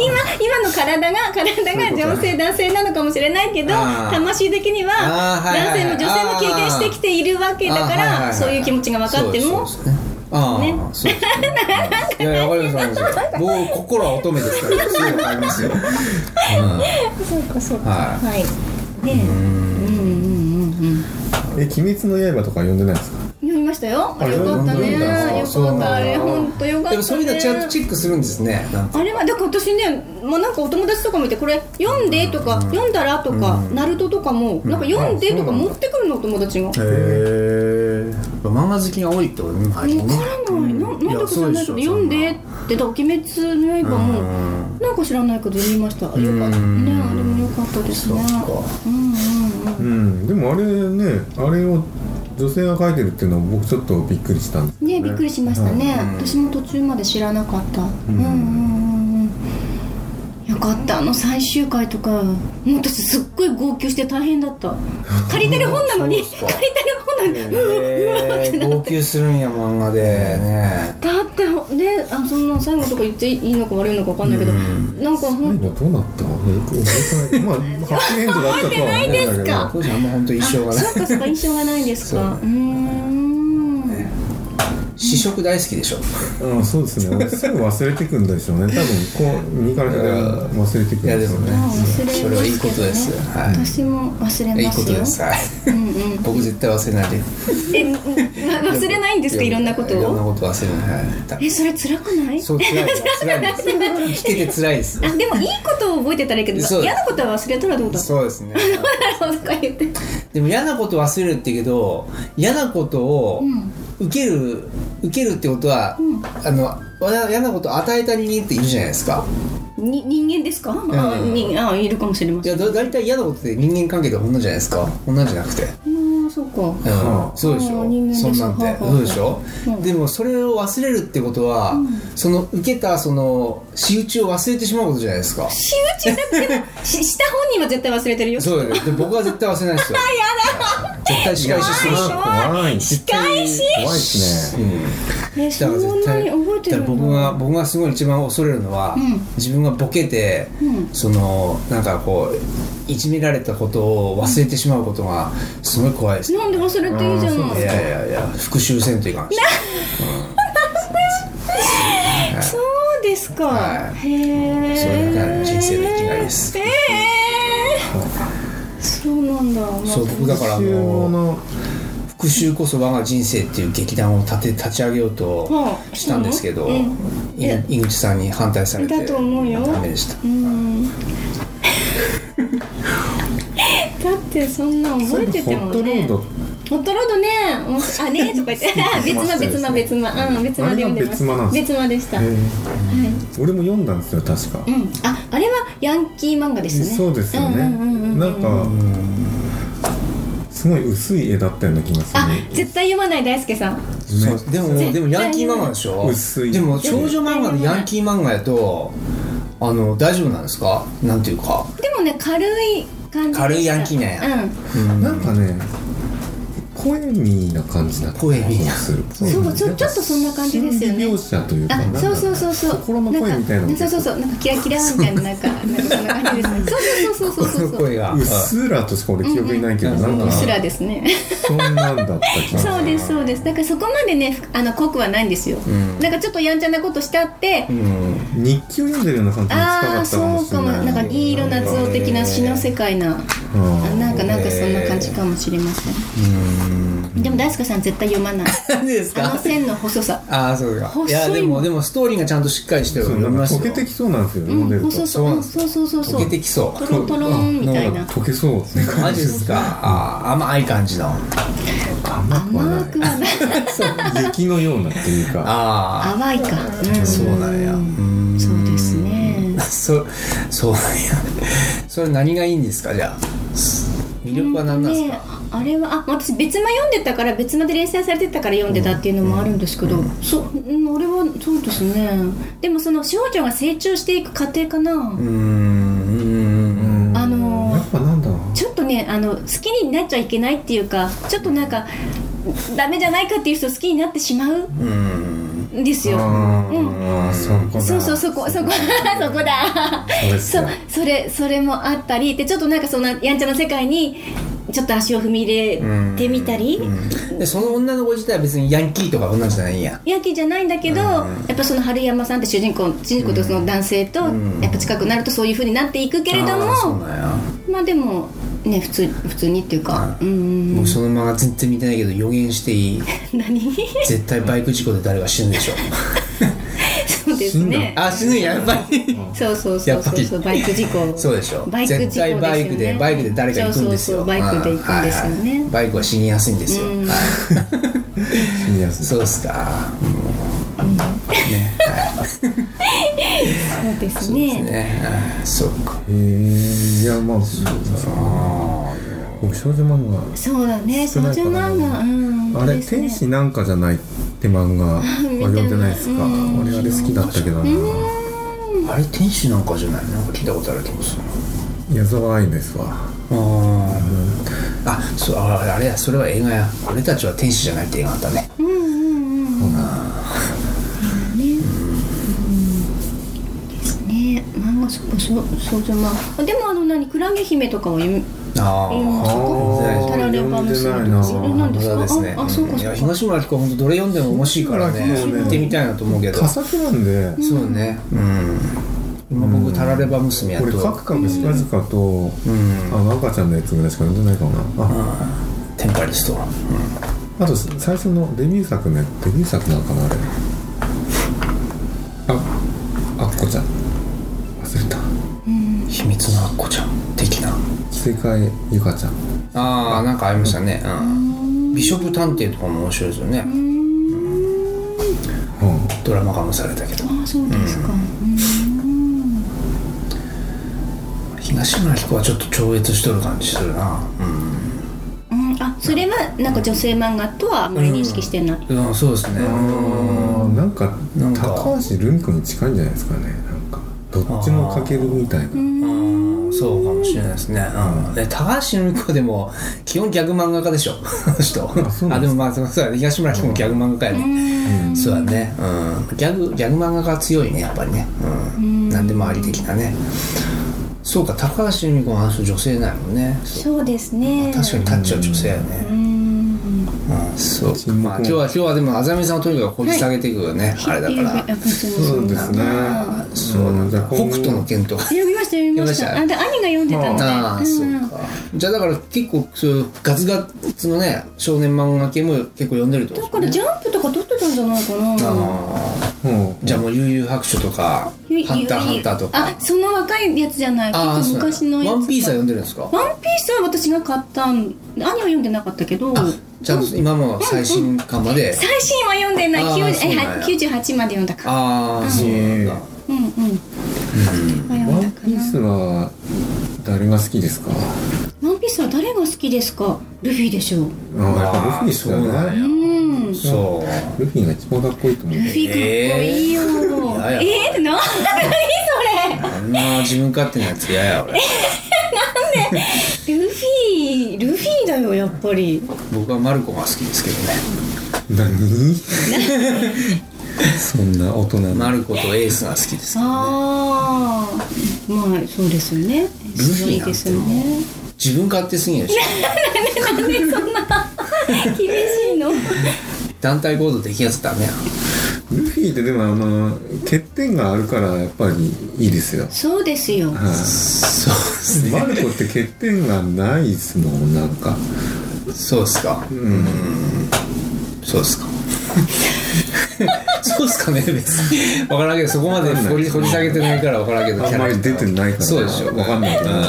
[SPEAKER 3] 今の体が体が女性男性なのかもしれないけど
[SPEAKER 1] あー
[SPEAKER 3] 魂的には
[SPEAKER 1] あーはい
[SPEAKER 3] 男
[SPEAKER 1] はい
[SPEAKER 3] 性
[SPEAKER 1] は
[SPEAKER 3] も
[SPEAKER 1] い
[SPEAKER 3] 女性も経験してきているわけだか
[SPEAKER 1] あはいはいは
[SPEAKER 3] ら
[SPEAKER 1] い
[SPEAKER 3] そういう気持ちが分かっても
[SPEAKER 1] そうですねああ、
[SPEAKER 3] ね
[SPEAKER 1] そうですね。い やいや、わかります、わかります。僕、心は乙女ですから、すぐわかりますよ。
[SPEAKER 3] そうかそうか
[SPEAKER 1] は
[SPEAKER 3] はいねうんうんうんうん
[SPEAKER 2] え、鬼滅の刃とか読んでないですか。
[SPEAKER 3] 読みましたよあれよ
[SPEAKER 2] あ
[SPEAKER 3] かったね
[SPEAKER 2] 読んだ
[SPEAKER 3] よ
[SPEAKER 1] そうな
[SPEAKER 3] かっ
[SPEAKER 1] ん
[SPEAKER 3] た
[SPEAKER 1] だ
[SPEAKER 3] あれ本当よかったね
[SPEAKER 1] でも、そういうのちゃんとチェックするんですね。なんか
[SPEAKER 3] あれはだから私ね、まあ、なんかお友達とかもいてこれ読んでとか、読んだらとか、ナルトとかもなんか読んでとか持ってくるのお友達が、
[SPEAKER 2] へえ。
[SPEAKER 1] 漫画好きが多いってことね、最
[SPEAKER 3] 分からない、ななんでか知らないけど読んでってだから「鬼滅の刃」もなんか知らないけど読みましたよかったねあれもよかったですねうんうん
[SPEAKER 2] うん、でもあれね、あれを女性が書いてるっていうのは僕ちょっとびっくりしたんです。
[SPEAKER 3] うんねびっくりしましたね、私も途中まで知らなかったうんうんうんうんよかったあの最終回とかもう私すっごい号泣して大変だ った借りてる本なのに借りてる本なのに
[SPEAKER 1] えー、号泣するんや漫画でね
[SPEAKER 3] だってねあそんな最後とか言っていいのか悪いのか分かんないけど、なんかほん
[SPEAKER 2] 今どうなったの？よく覚えてない。まあハ ッピーエンドだったとは思うんだ
[SPEAKER 3] 覚えてない
[SPEAKER 2] け
[SPEAKER 3] ですか
[SPEAKER 2] ど。
[SPEAKER 1] 当時あんま本当一生がない
[SPEAKER 3] そうかそうか印象がないんですか。うーん。
[SPEAKER 1] 試食大好きでしょ
[SPEAKER 2] うん、そうですね。すぐ忘れてくんでしょうね。多分こう右から左から忘れてくん
[SPEAKER 1] いやで
[SPEAKER 2] でし
[SPEAKER 1] も
[SPEAKER 2] ょう
[SPEAKER 1] ね
[SPEAKER 2] ね。
[SPEAKER 3] 忘れますけどね
[SPEAKER 1] それはいいことですはい
[SPEAKER 3] 私も忘れますよ。
[SPEAKER 1] いいことですはい
[SPEAKER 3] うんうん。
[SPEAKER 1] 僕絶対忘れないで
[SPEAKER 3] え、うんわ忘れないんですかいろんなこと
[SPEAKER 1] いろんな
[SPEAKER 3] を。
[SPEAKER 1] こと忘れないはい
[SPEAKER 3] え、それ辛くない？
[SPEAKER 1] そう 辛いです辛いです聞けて辛いです
[SPEAKER 3] あ、でもいいことを覚えてたらいいけど、
[SPEAKER 1] そうです
[SPEAKER 3] 嫌なことは忘れたらどうだ。 そ
[SPEAKER 1] そうですね
[SPEAKER 3] うとか言って。
[SPEAKER 1] でも嫌なこと忘れるって言うけど嫌なことを
[SPEAKER 3] うん
[SPEAKER 1] 受ける受けるってことは、
[SPEAKER 3] うん
[SPEAKER 1] あの嫌なことを与えた人間っているじゃないですか
[SPEAKER 3] に人間ですか？あ、
[SPEAKER 1] うん
[SPEAKER 3] にあいるかもしれま
[SPEAKER 1] い
[SPEAKER 3] せん。
[SPEAKER 1] やだ大体嫌なことって人間関係で女じゃないですか女じゃなくて
[SPEAKER 3] うん、そう か。
[SPEAKER 1] うんそうでし
[SPEAKER 3] あー
[SPEAKER 1] ょ
[SPEAKER 3] 人間です
[SPEAKER 1] そんなん
[SPEAKER 3] は
[SPEAKER 1] て
[SPEAKER 3] いはいはい
[SPEAKER 1] そうでしょ、
[SPEAKER 3] うん
[SPEAKER 1] でもそれを忘れるってことは、その受けたその仕打ちを忘れてしまうことじゃないですか
[SPEAKER 3] 仕打ちだってもしした本人は絶対忘れてる よ。
[SPEAKER 1] そうだよねで僕は絶対忘れないですよ絶対仕返しするし
[SPEAKER 3] 怖い
[SPEAKER 2] 怖い。
[SPEAKER 3] 仕返し。
[SPEAKER 2] 怖いですね。
[SPEAKER 3] え、そんなに覚えて
[SPEAKER 1] だ
[SPEAKER 3] るの？
[SPEAKER 1] から僕が僕がすごい一番恐れるのは、
[SPEAKER 3] ん
[SPEAKER 1] 自分がボケて、
[SPEAKER 3] うん
[SPEAKER 1] そのなんかこういじめられたことを忘れてしまうことがすごい怖いです、
[SPEAKER 3] なんで忘れていいじゃない
[SPEAKER 1] いやいやいや復讐せんといかんし
[SPEAKER 3] そうですか。
[SPEAKER 1] はい
[SPEAKER 3] へえ。
[SPEAKER 1] それだから人生の生きがいです
[SPEAKER 3] へえ。そうなんだ。まあ
[SPEAKER 1] そう僕だからあ
[SPEAKER 2] 収納
[SPEAKER 1] の
[SPEAKER 2] の
[SPEAKER 1] 復讐こそ我が人生っていう劇団を立て立ち上げようと
[SPEAKER 3] うん
[SPEAKER 1] したんですけど、
[SPEAKER 3] うん
[SPEAKER 1] い井口さんに反対されて
[SPEAKER 3] だと思うよ
[SPEAKER 1] ダメでした
[SPEAKER 3] うん。だってそんなん覚えてても
[SPEAKER 2] ホットロー
[SPEAKER 3] ね。
[SPEAKER 2] ド
[SPEAKER 3] ホットロードね。おあねと か言って、あ別間別間別間、うん別間で読んで
[SPEAKER 2] あれ
[SPEAKER 3] ま
[SPEAKER 2] が別間なん
[SPEAKER 3] す。
[SPEAKER 2] で
[SPEAKER 3] 別間でした。
[SPEAKER 2] え
[SPEAKER 3] はい。う
[SPEAKER 2] ー俺も読んだんですよ確か、
[SPEAKER 3] ん。ああれはヤンキー漫画ですね。
[SPEAKER 2] そうですよね、
[SPEAKER 3] うんうんうんうん
[SPEAKER 2] なんか、すごい薄い絵だったような気がする
[SPEAKER 3] あ
[SPEAKER 2] ね
[SPEAKER 3] 絶対読まない大輔さん。
[SPEAKER 1] そうでも
[SPEAKER 3] 対
[SPEAKER 1] でもヤンキー漫画でしょ
[SPEAKER 2] 薄い
[SPEAKER 1] でも少女漫画のヤンキー漫画やとあの大丈夫なんですかなんていうか
[SPEAKER 3] でもね軽い感じでした。
[SPEAKER 1] 軽いヤンキーなんや
[SPEAKER 3] ね。うん。
[SPEAKER 2] なんかねポエミーな感じだった
[SPEAKER 1] ポエミーな
[SPEAKER 2] する
[SPEAKER 3] そうそうちょっとそんな感じですよ
[SPEAKER 2] 心
[SPEAKER 3] ね
[SPEAKER 2] 理描写というかなん
[SPEAKER 3] あ、
[SPEAKER 2] か
[SPEAKER 3] そうそうそうそう。
[SPEAKER 2] 心の声みたいな
[SPEAKER 3] なんかそうそうそう、なんかキラキラみたいな、なんか、なんかそんな感じですね。そうそうそうそうそうそう。
[SPEAKER 1] 声が
[SPEAKER 2] うっすらとしか俺記憶にないけど、
[SPEAKER 1] うんうん
[SPEAKER 2] な
[SPEAKER 3] うんっ
[SPEAKER 2] か
[SPEAKER 3] すらですね。
[SPEAKER 2] そんなんだった気がする
[SPEAKER 3] そうです、そうです。だから、そこまでね、あの濃くはないんですよ。なんか、ちょっとやんちゃなことしたって
[SPEAKER 1] う。ん
[SPEAKER 2] 日記を読んでるような感じに近か
[SPEAKER 3] ああ、
[SPEAKER 2] ったか
[SPEAKER 3] そ
[SPEAKER 2] も
[SPEAKER 3] う
[SPEAKER 2] し
[SPEAKER 3] か
[SPEAKER 2] れ
[SPEAKER 3] も、
[SPEAKER 2] ない
[SPEAKER 3] なんか銀色な像的な詩の世界な。あ
[SPEAKER 2] うん
[SPEAKER 3] なんか、なんか、そんな感じかもしれません。でも、大輔さん、絶対読まない。
[SPEAKER 1] 何でです
[SPEAKER 3] あ
[SPEAKER 1] か
[SPEAKER 3] の線の細さ。
[SPEAKER 1] ああそうか
[SPEAKER 3] 細い
[SPEAKER 1] いやでもでもストーリーがちゃんとしっかりしてる
[SPEAKER 2] そう
[SPEAKER 1] 読み
[SPEAKER 2] なん
[SPEAKER 1] ま
[SPEAKER 2] か
[SPEAKER 1] す
[SPEAKER 2] 溶
[SPEAKER 1] よ
[SPEAKER 2] けてきそうなんですよ、
[SPEAKER 3] う
[SPEAKER 2] 読んで
[SPEAKER 3] ん、
[SPEAKER 2] ると
[SPEAKER 3] 細そう、うんそうそうそう
[SPEAKER 1] 溶
[SPEAKER 3] そう。
[SPEAKER 1] けてきそ
[SPEAKER 3] ト
[SPEAKER 1] う
[SPEAKER 3] ロトロンみたいな。
[SPEAKER 2] 溶けそうって感
[SPEAKER 1] マジですかああ甘い感じの
[SPEAKER 2] 甘くは
[SPEAKER 3] 甘
[SPEAKER 2] ない
[SPEAKER 3] くはない。
[SPEAKER 2] 雪のようなっていうか
[SPEAKER 1] あ
[SPEAKER 3] 淡いか。
[SPEAKER 1] あそうなんやうん
[SPEAKER 3] そうですね。
[SPEAKER 1] そそうなんやそれ何がいいんですかじゃあ魅力は何なんです
[SPEAKER 3] ね
[SPEAKER 1] か、
[SPEAKER 3] あれはあ私別間読んでたから別間で連載されてたから読んでたっていうのもあるんですけど、そうん俺はそうですねでもその少女が成長していく過程かな、
[SPEAKER 1] うーん
[SPEAKER 3] あのー
[SPEAKER 2] やっぱなんだろう
[SPEAKER 3] ちょっとねあの好きになっちゃいけないっていうかちょっとなんかダメじゃないかっていう人を好きになってしまう
[SPEAKER 1] うん
[SPEAKER 3] うですよ
[SPEAKER 2] ああ、そこだ
[SPEAKER 3] そうそうそこそこ そこだ
[SPEAKER 2] そうです
[SPEAKER 3] そ
[SPEAKER 2] よ
[SPEAKER 3] うそれそれもあったりでちょっとなんかそんなやんちゃな世界にちょっと足を踏み入れてみたり、
[SPEAKER 1] でその女の子自体は別にヤンキーとか女じゃないんや
[SPEAKER 3] ヤンキーじゃないんだけど、やっぱその春山さんって主人公主人公とその男性とやっぱ近くなるとそういう風になっていくけれど
[SPEAKER 1] あーそう
[SPEAKER 3] も
[SPEAKER 1] なんや
[SPEAKER 3] まあでもね普通普通にっていうか、うんうん
[SPEAKER 1] 僕その漫画全然見てないけど予言していい
[SPEAKER 3] 何
[SPEAKER 1] 絶対バイク事故で誰か死ぬでしょ
[SPEAKER 3] そうですね
[SPEAKER 1] あ死ぬんややっぱり
[SPEAKER 3] そうそうそうそうそうバイク事故
[SPEAKER 1] そうでしょ
[SPEAKER 3] バイク事故で
[SPEAKER 1] 絶
[SPEAKER 3] すよね
[SPEAKER 1] 対バイクでバイクで誰か行くんですよ
[SPEAKER 3] そうそうそうバイクで行くんですよね
[SPEAKER 1] はいはいバイクは死にやすいんですよ、
[SPEAKER 3] うん
[SPEAKER 1] はい
[SPEAKER 2] 死にやすい
[SPEAKER 1] そうっすか
[SPEAKER 3] そうですね
[SPEAKER 1] ねあーそうか
[SPEAKER 2] へえいやまあそうだな僕少女漫画
[SPEAKER 3] そうだね少
[SPEAKER 2] 少な
[SPEAKER 3] 女
[SPEAKER 2] いかな
[SPEAKER 3] 漫画うん
[SPEAKER 2] あ
[SPEAKER 3] 本当
[SPEAKER 2] れ、
[SPEAKER 3] ですね
[SPEAKER 2] 天使なんかじゃないって漫画 は
[SPEAKER 3] 見てない
[SPEAKER 2] 読んでないですか。
[SPEAKER 3] うん
[SPEAKER 2] 俺あれ好きだったけどな。
[SPEAKER 1] あれ天使なんかじゃないなんか聞いたことある気もする
[SPEAKER 2] 矢沢愛ですわ。
[SPEAKER 1] あー、あそうああれやそれは映画や俺たちは天使じゃないって映画あったね
[SPEAKER 3] うんうんうんうんねうんですね漫画そうそうそうじゃまあでもあの何クラゲ姫とかは読み
[SPEAKER 1] ああ
[SPEAKER 3] 読みました
[SPEAKER 2] あ
[SPEAKER 3] か
[SPEAKER 2] ー
[SPEAKER 3] タラレバ娘
[SPEAKER 2] 読んでないな
[SPEAKER 3] え何です
[SPEAKER 1] まだ
[SPEAKER 3] か
[SPEAKER 1] ですね
[SPEAKER 3] ああそうか
[SPEAKER 1] い
[SPEAKER 3] そ
[SPEAKER 1] や
[SPEAKER 3] うか
[SPEAKER 1] 東村明子本当どれ読んでも面白いからね
[SPEAKER 2] そうね
[SPEAKER 1] 行ってみたいなと思うけど
[SPEAKER 2] 佳作なんで、
[SPEAKER 1] そうねうん今僕タラレバ娘や
[SPEAKER 2] これカ
[SPEAKER 1] と
[SPEAKER 2] クカクシカジカと、
[SPEAKER 1] ん
[SPEAKER 2] あの赤ちゃんのやつぐらいしか読んでないかもな。あ、
[SPEAKER 1] テンパリスト
[SPEAKER 2] あと最初のデビュー作ね、デビュー作なのかなあれ。あ、あっこちゃん。忘れた。
[SPEAKER 1] 秘密のアッコちゃん的な
[SPEAKER 2] 世界ゆかちゃん。
[SPEAKER 1] ああなんかありましたねうん美食探偵とかも面白いですよね
[SPEAKER 2] うん。
[SPEAKER 1] ドラマ化もされたけど
[SPEAKER 3] あそうですか
[SPEAKER 1] 東村彦はちょっと超越しとる感じするな
[SPEAKER 3] うんあそれはなんか女性漫画とはあんまり認識してない
[SPEAKER 1] うん、うん、そうですね
[SPEAKER 2] あーなんか
[SPEAKER 1] なんか
[SPEAKER 2] 高橋留美子に近いんじゃないですかねなんかどっちもかけるみたいな
[SPEAKER 1] うんそうかもしれないですね、うん、で高橋留美子でも基本ギャグ漫画家でしょ あの人
[SPEAKER 2] あそう
[SPEAKER 1] あ
[SPEAKER 2] なんですか
[SPEAKER 1] でもまあそうそうだね東村彦もギャグ漫画家やね、そうだね、うん、ギャグギャグ漫画家強いねやっぱりね、うん何でもあり的なねそうか高橋留美子はあの人女性なんやもんね
[SPEAKER 3] そうですね
[SPEAKER 1] 確かにタッチは女性やねうん、そう
[SPEAKER 2] 沈黙
[SPEAKER 1] まあ今日は今日はでもあざみさんをとにかく掘り下げていくよね、あれだから
[SPEAKER 3] やっぱりそうです
[SPEAKER 2] ね
[SPEAKER 1] そうなんだ
[SPEAKER 2] うん
[SPEAKER 1] 北斗の剣とか
[SPEAKER 3] 読みました読みました
[SPEAKER 1] 読
[SPEAKER 3] あで兄が読んでたので
[SPEAKER 1] ああ、そうか。じゃあだから結構そういうガツガツのね少年漫画系も結構読んでるってこと
[SPEAKER 3] だからジャンプとか撮ってたんじゃないかな
[SPEAKER 1] あー
[SPEAKER 2] も
[SPEAKER 1] じゃあもう悠々白書とか
[SPEAKER 3] ゆい
[SPEAKER 1] ハンター
[SPEAKER 3] ゆい
[SPEAKER 1] ハンターとか
[SPEAKER 3] あその若いやつじゃない
[SPEAKER 1] あー
[SPEAKER 3] 結
[SPEAKER 1] そ
[SPEAKER 3] 構
[SPEAKER 1] う
[SPEAKER 3] 昔のやつ
[SPEAKER 1] ワンピースは読んでるんですか
[SPEAKER 3] ワンピースは私が買ったん兄は読んでなかったけど
[SPEAKER 1] ちゃんと今も最新刊まで
[SPEAKER 3] 最新は読んでない
[SPEAKER 1] あー
[SPEAKER 3] 90
[SPEAKER 1] そうなん
[SPEAKER 3] え
[SPEAKER 1] や
[SPEAKER 3] 98まで読んだから
[SPEAKER 1] ああそうなんだ
[SPEAKER 3] うんうん
[SPEAKER 2] う
[SPEAKER 3] は読
[SPEAKER 2] ワ
[SPEAKER 3] んだ
[SPEAKER 2] ン
[SPEAKER 3] か
[SPEAKER 2] ピー
[SPEAKER 3] な
[SPEAKER 2] スは誰が好きですか
[SPEAKER 3] ワンピースは誰が好きですかルフィでしょう
[SPEAKER 2] あやっぱルフィですよ
[SPEAKER 1] そうなん
[SPEAKER 2] ね
[SPEAKER 1] や
[SPEAKER 3] うん
[SPEAKER 1] そう
[SPEAKER 2] ルフィが一番かっこいいと思う
[SPEAKER 3] ルフィかっこいいよ
[SPEAKER 1] やや
[SPEAKER 3] えー、な何そ
[SPEAKER 1] あんな自分勝手なやつ嫌や俺
[SPEAKER 3] れルフィルフィだよやっぱり
[SPEAKER 1] 僕はマルコが好きですけどね
[SPEAKER 2] 何 そんな大人
[SPEAKER 1] マ
[SPEAKER 2] な
[SPEAKER 1] ルコとエースが好きですけど
[SPEAKER 3] ああまあそうですよね
[SPEAKER 1] ルフィ
[SPEAKER 3] 好き
[SPEAKER 1] なん
[SPEAKER 3] です
[SPEAKER 1] て
[SPEAKER 3] よ
[SPEAKER 1] もう
[SPEAKER 3] ね
[SPEAKER 1] 自分勝手すぎるでしょ
[SPEAKER 3] 厳しいの
[SPEAKER 1] 団体行動できやつダメやん
[SPEAKER 2] ルフィってでもあの欠点があるからやっぱりいいですよ
[SPEAKER 3] そうですよ
[SPEAKER 2] はい
[SPEAKER 1] そうですね
[SPEAKER 2] マルコって欠点がないですもんなんか
[SPEAKER 1] そうっすか。うん。そうっすか。そうっすかね、別に。わからんけど、そこまで掘り掘り下げてないからわからんけど、
[SPEAKER 2] あんまり出てないから
[SPEAKER 1] そうでしょ。
[SPEAKER 2] わかんないけど
[SPEAKER 1] うん。エ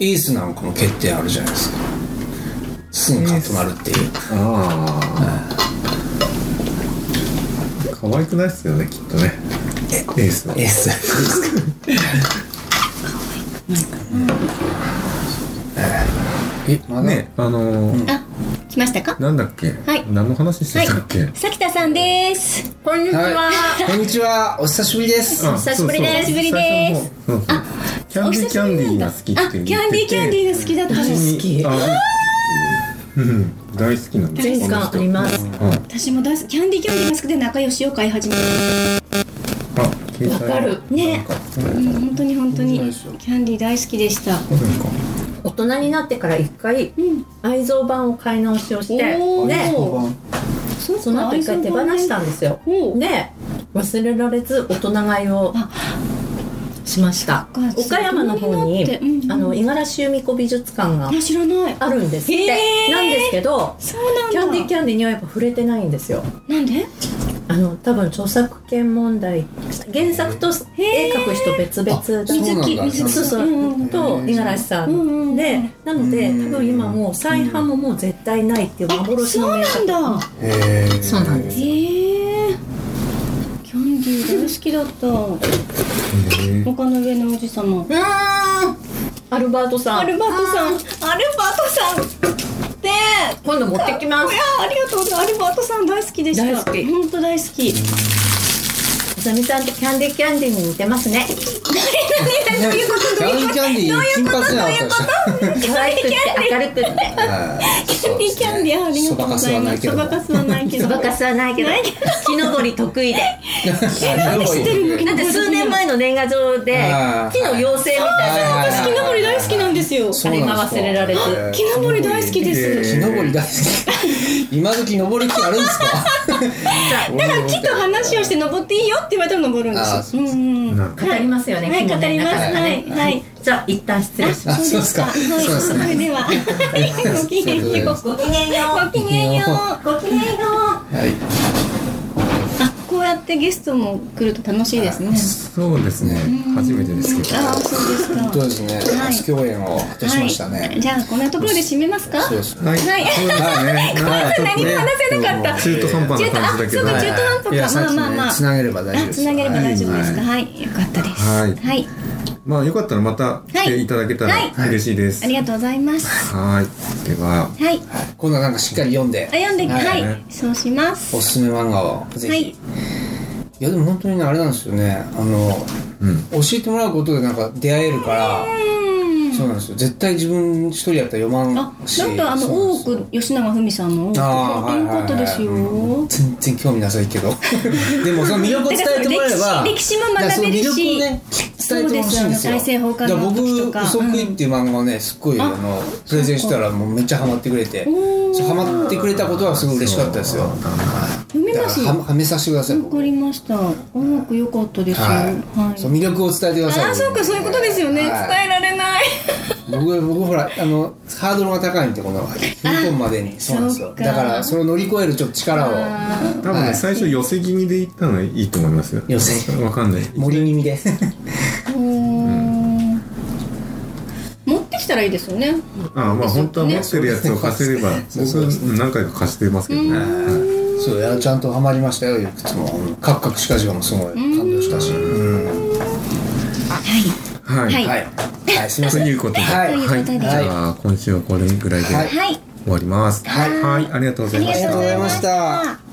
[SPEAKER 1] ースなんかも欠点あるじゃないですか。すぐカッとなるっていう。
[SPEAKER 2] ああ可愛くないっすよねきっとねエースは
[SPEAKER 1] エースですか。え、まだ、
[SPEAKER 2] ねあのー
[SPEAKER 3] あ来ましたか
[SPEAKER 2] なんだっけ、
[SPEAKER 3] はい
[SPEAKER 2] 何の話してたっけ、
[SPEAKER 3] さきたさんですこんに
[SPEAKER 1] はい。こんにちは。お久しぶりです。
[SPEAKER 2] あ
[SPEAKER 3] 久しぶりです
[SPEAKER 2] そうそう
[SPEAKER 3] 久しぶりです
[SPEAKER 2] 最初の方そうそうキャンディーキャンディーが好きって
[SPEAKER 3] あキャンディーキャンディ
[SPEAKER 2] ー
[SPEAKER 3] ーが好きだったんです
[SPEAKER 1] 好き
[SPEAKER 2] あうん大好きなんです
[SPEAKER 4] 前
[SPEAKER 2] この
[SPEAKER 4] 科
[SPEAKER 2] 人
[SPEAKER 4] あります。
[SPEAKER 2] はい
[SPEAKER 3] 私も大好きキャンディーキャンディーが好きで仲良しを飼い始め
[SPEAKER 2] あ携帯
[SPEAKER 4] わかる
[SPEAKER 3] たね
[SPEAKER 2] うん
[SPEAKER 3] うん本当に本当に
[SPEAKER 1] そうですよ
[SPEAKER 3] キャンディー大好きでした
[SPEAKER 2] なんか
[SPEAKER 4] 大人になってから一回
[SPEAKER 3] うん
[SPEAKER 4] 愛蔵版を買い直しをして、
[SPEAKER 3] おー
[SPEAKER 4] で
[SPEAKER 3] そう
[SPEAKER 4] その後一回手放したんですよ。
[SPEAKER 3] お
[SPEAKER 4] で忘れられず大人買いを
[SPEAKER 3] あ
[SPEAKER 4] しました
[SPEAKER 3] そっか
[SPEAKER 4] 岡山の方
[SPEAKER 3] 大人にな
[SPEAKER 4] に
[SPEAKER 3] ってうんうん
[SPEAKER 4] あの五十嵐由美子美術館が
[SPEAKER 3] あ知らない
[SPEAKER 4] あるんですって、
[SPEAKER 3] へー
[SPEAKER 4] なんですけど
[SPEAKER 3] そうなんだ
[SPEAKER 4] キャンディーキャンディーにはやっぱ触れてないんですよ
[SPEAKER 3] なんで
[SPEAKER 4] あの多分著作権問題原作と絵描く人別々だ
[SPEAKER 1] あそうなんだ
[SPEAKER 3] 水木水木
[SPEAKER 4] そうそう、
[SPEAKER 3] うんうん
[SPEAKER 4] と五十嵐さん、
[SPEAKER 3] うんうんうん
[SPEAKER 4] でなので
[SPEAKER 1] うん
[SPEAKER 4] 多分今もう再販ももう絶対ないっていう
[SPEAKER 3] あ
[SPEAKER 4] 幻
[SPEAKER 3] そ
[SPEAKER 4] の
[SPEAKER 3] う
[SPEAKER 4] 名
[SPEAKER 3] なん
[SPEAKER 4] 作
[SPEAKER 3] だ
[SPEAKER 1] へー
[SPEAKER 4] そうなんです
[SPEAKER 3] へえキャンディー大好きだった
[SPEAKER 2] ね
[SPEAKER 3] 丘の上のおじさま
[SPEAKER 4] うーんアルバートさん
[SPEAKER 3] アルバートさんアルバートさんで
[SPEAKER 4] 今度持ってきま
[SPEAKER 3] いやありがとうございますアルバートさん大好きでした
[SPEAKER 4] 大好き
[SPEAKER 3] 本当大好き
[SPEAKER 4] す。さみさんとキャンディーキャンディーに似てますね。
[SPEAKER 1] キャンディーキャンディー金髪じゃなかったでした
[SPEAKER 4] 可愛くて明るくて。
[SPEAKER 3] キャンディーキャンディーありがとうございます
[SPEAKER 1] そばか
[SPEAKER 3] か
[SPEAKER 1] す
[SPEAKER 3] すはないけど
[SPEAKER 4] そばかすはないけど、木登り得意で。
[SPEAKER 1] なんで
[SPEAKER 3] 知ってるの
[SPEAKER 4] だって数年前の年賀状で
[SPEAKER 1] あー、
[SPEAKER 4] 木の妖精みたいな。
[SPEAKER 1] はい
[SPEAKER 3] 私木登り大好きなんですよ
[SPEAKER 1] そうなんですか
[SPEAKER 4] あれ今忘れられず
[SPEAKER 3] 木登り大好きです
[SPEAKER 1] 木登り大好き 今時登る気あるんで すか
[SPEAKER 3] だから木と話をして登っていいよって言われたら登るんで
[SPEAKER 1] あー
[SPEAKER 3] す
[SPEAKER 1] そう
[SPEAKER 3] よ。うんうん。は
[SPEAKER 2] なんか
[SPEAKER 4] 語りますよね。
[SPEAKER 3] い、
[SPEAKER 4] 木
[SPEAKER 3] 語
[SPEAKER 4] の
[SPEAKER 3] り
[SPEAKER 4] ね
[SPEAKER 3] ます。
[SPEAKER 4] 中で
[SPEAKER 3] は
[SPEAKER 4] ね
[SPEAKER 3] い、はい。
[SPEAKER 4] じゃあ一旦失礼しま
[SPEAKER 1] あ
[SPEAKER 4] す。
[SPEAKER 1] そうですか
[SPEAKER 3] はい、そ
[SPEAKER 1] そうですね
[SPEAKER 3] れでは、はいごきげんよう。
[SPEAKER 4] ごきげんよ
[SPEAKER 3] ごきげんよう。
[SPEAKER 4] う。ごきげんよ
[SPEAKER 1] はい
[SPEAKER 3] あ、こうやってゲストも来ると楽しいですね。
[SPEAKER 2] そうですね初めてですけど
[SPEAKER 3] あー、そうですか。
[SPEAKER 1] そうですね
[SPEAKER 3] はい
[SPEAKER 1] 初共演を果たしました
[SPEAKER 3] はい、
[SPEAKER 1] ね
[SPEAKER 3] じゃあ、こんなところで締めますか。
[SPEAKER 1] そうです
[SPEAKER 2] はい
[SPEAKER 3] はい
[SPEAKER 2] そうですね
[SPEAKER 1] はい
[SPEAKER 2] なんかちょっとね
[SPEAKER 3] 何も話せなかった
[SPEAKER 2] 中途半端な感じだけど
[SPEAKER 3] 中途あそうか
[SPEAKER 2] はい
[SPEAKER 3] 中途半
[SPEAKER 1] いや
[SPEAKER 3] 端か
[SPEAKER 1] さっきね
[SPEAKER 3] まあまあまあ
[SPEAKER 1] つなげれば大丈夫
[SPEAKER 3] あ、
[SPEAKER 1] です
[SPEAKER 3] つなげれば大丈夫ですか。
[SPEAKER 1] はい
[SPEAKER 3] はい、よかったです。
[SPEAKER 2] はい
[SPEAKER 3] はい、
[SPEAKER 2] まあよかったらまた来ていただけたら
[SPEAKER 3] はい
[SPEAKER 2] 嬉しいです
[SPEAKER 3] ありがとうございます。
[SPEAKER 2] はいでは
[SPEAKER 3] はい、
[SPEAKER 1] 今度はなんかしっかり読んで
[SPEAKER 3] あ、読んで、
[SPEAKER 1] はい
[SPEAKER 3] はい、そうします
[SPEAKER 1] お。すすめ漫画をぜひ、
[SPEAKER 3] はい
[SPEAKER 1] い、やでも本当にねあれなんですよねあの
[SPEAKER 2] うん
[SPEAKER 1] 教えてもらうことでなんか出会えるから
[SPEAKER 3] うん。
[SPEAKER 1] そうなんですよ絶対自分一人やったら読ま
[SPEAKER 3] あ、
[SPEAKER 1] んし
[SPEAKER 3] なんかあの
[SPEAKER 1] そうなん
[SPEAKER 3] 大
[SPEAKER 1] ですよ
[SPEAKER 3] 奥吉永文さんの大奥
[SPEAKER 1] ああ
[SPEAKER 3] よかったですよ。
[SPEAKER 1] 全然興味なさいけ どでもその魅力を伝えてもらえば
[SPEAKER 3] 歴史歴史も学べるし
[SPEAKER 1] だからその魅力をね
[SPEAKER 3] そう
[SPEAKER 1] 伝えてほしいんで
[SPEAKER 3] です
[SPEAKER 1] す
[SPEAKER 3] よ
[SPEAKER 1] よ
[SPEAKER 3] 大政奉還の時とか
[SPEAKER 1] だら僕「嘘食い」っていう漫画をねすっごいあのプレゼンしたらもうめっちゃハマってくれて
[SPEAKER 3] おー
[SPEAKER 1] そうハマってくれたことはすごい嬉しかったですよ
[SPEAKER 3] 読み
[SPEAKER 1] だか
[SPEAKER 3] ま
[SPEAKER 1] ら
[SPEAKER 3] す。
[SPEAKER 1] は
[SPEAKER 3] わ
[SPEAKER 1] はめさせてください僕
[SPEAKER 3] かりました。大奥良かったですよ。
[SPEAKER 1] はい、
[SPEAKER 3] はい。
[SPEAKER 1] そう魅力を伝えてください
[SPEAKER 3] ああ、そうか、そういうことですよね。
[SPEAKER 1] はい
[SPEAKER 3] 伝えられない。
[SPEAKER 1] 僕僕ほらあのハードルが高いんでこの日本までにそうなんです
[SPEAKER 3] そ
[SPEAKER 1] よ
[SPEAKER 3] っか
[SPEAKER 1] だからそれを乗り越えるちょっと力を
[SPEAKER 3] あ
[SPEAKER 2] 多分ね最初寄せ気味で行ったのがいいと思いますよ
[SPEAKER 1] 寄せ
[SPEAKER 2] わかんない
[SPEAKER 1] 森気味で
[SPEAKER 3] ー うん持ってきたらいいですよね。
[SPEAKER 2] ああまあ本当は持ってるやつを貸せれば
[SPEAKER 1] そう
[SPEAKER 2] 僕
[SPEAKER 1] そう
[SPEAKER 2] うん何回か貸してますけどねはい
[SPEAKER 1] そういやちゃんとハマりましたよいくつもカクカクしかじかもすごい感動したしうん
[SPEAKER 2] はい
[SPEAKER 3] はい
[SPEAKER 1] はいはいすいま
[SPEAKER 2] と
[SPEAKER 1] せん
[SPEAKER 2] いうことで、
[SPEAKER 1] はい
[SPEAKER 3] ということで
[SPEAKER 2] じゃあ今週はこれぐらいで
[SPEAKER 1] はい
[SPEAKER 2] 終
[SPEAKER 3] はい。
[SPEAKER 2] わります。
[SPEAKER 1] はい
[SPEAKER 2] はい、ありがとうございま
[SPEAKER 1] あ
[SPEAKER 2] し
[SPEAKER 1] りがとうござい
[SPEAKER 2] た。
[SPEAKER 1] ました。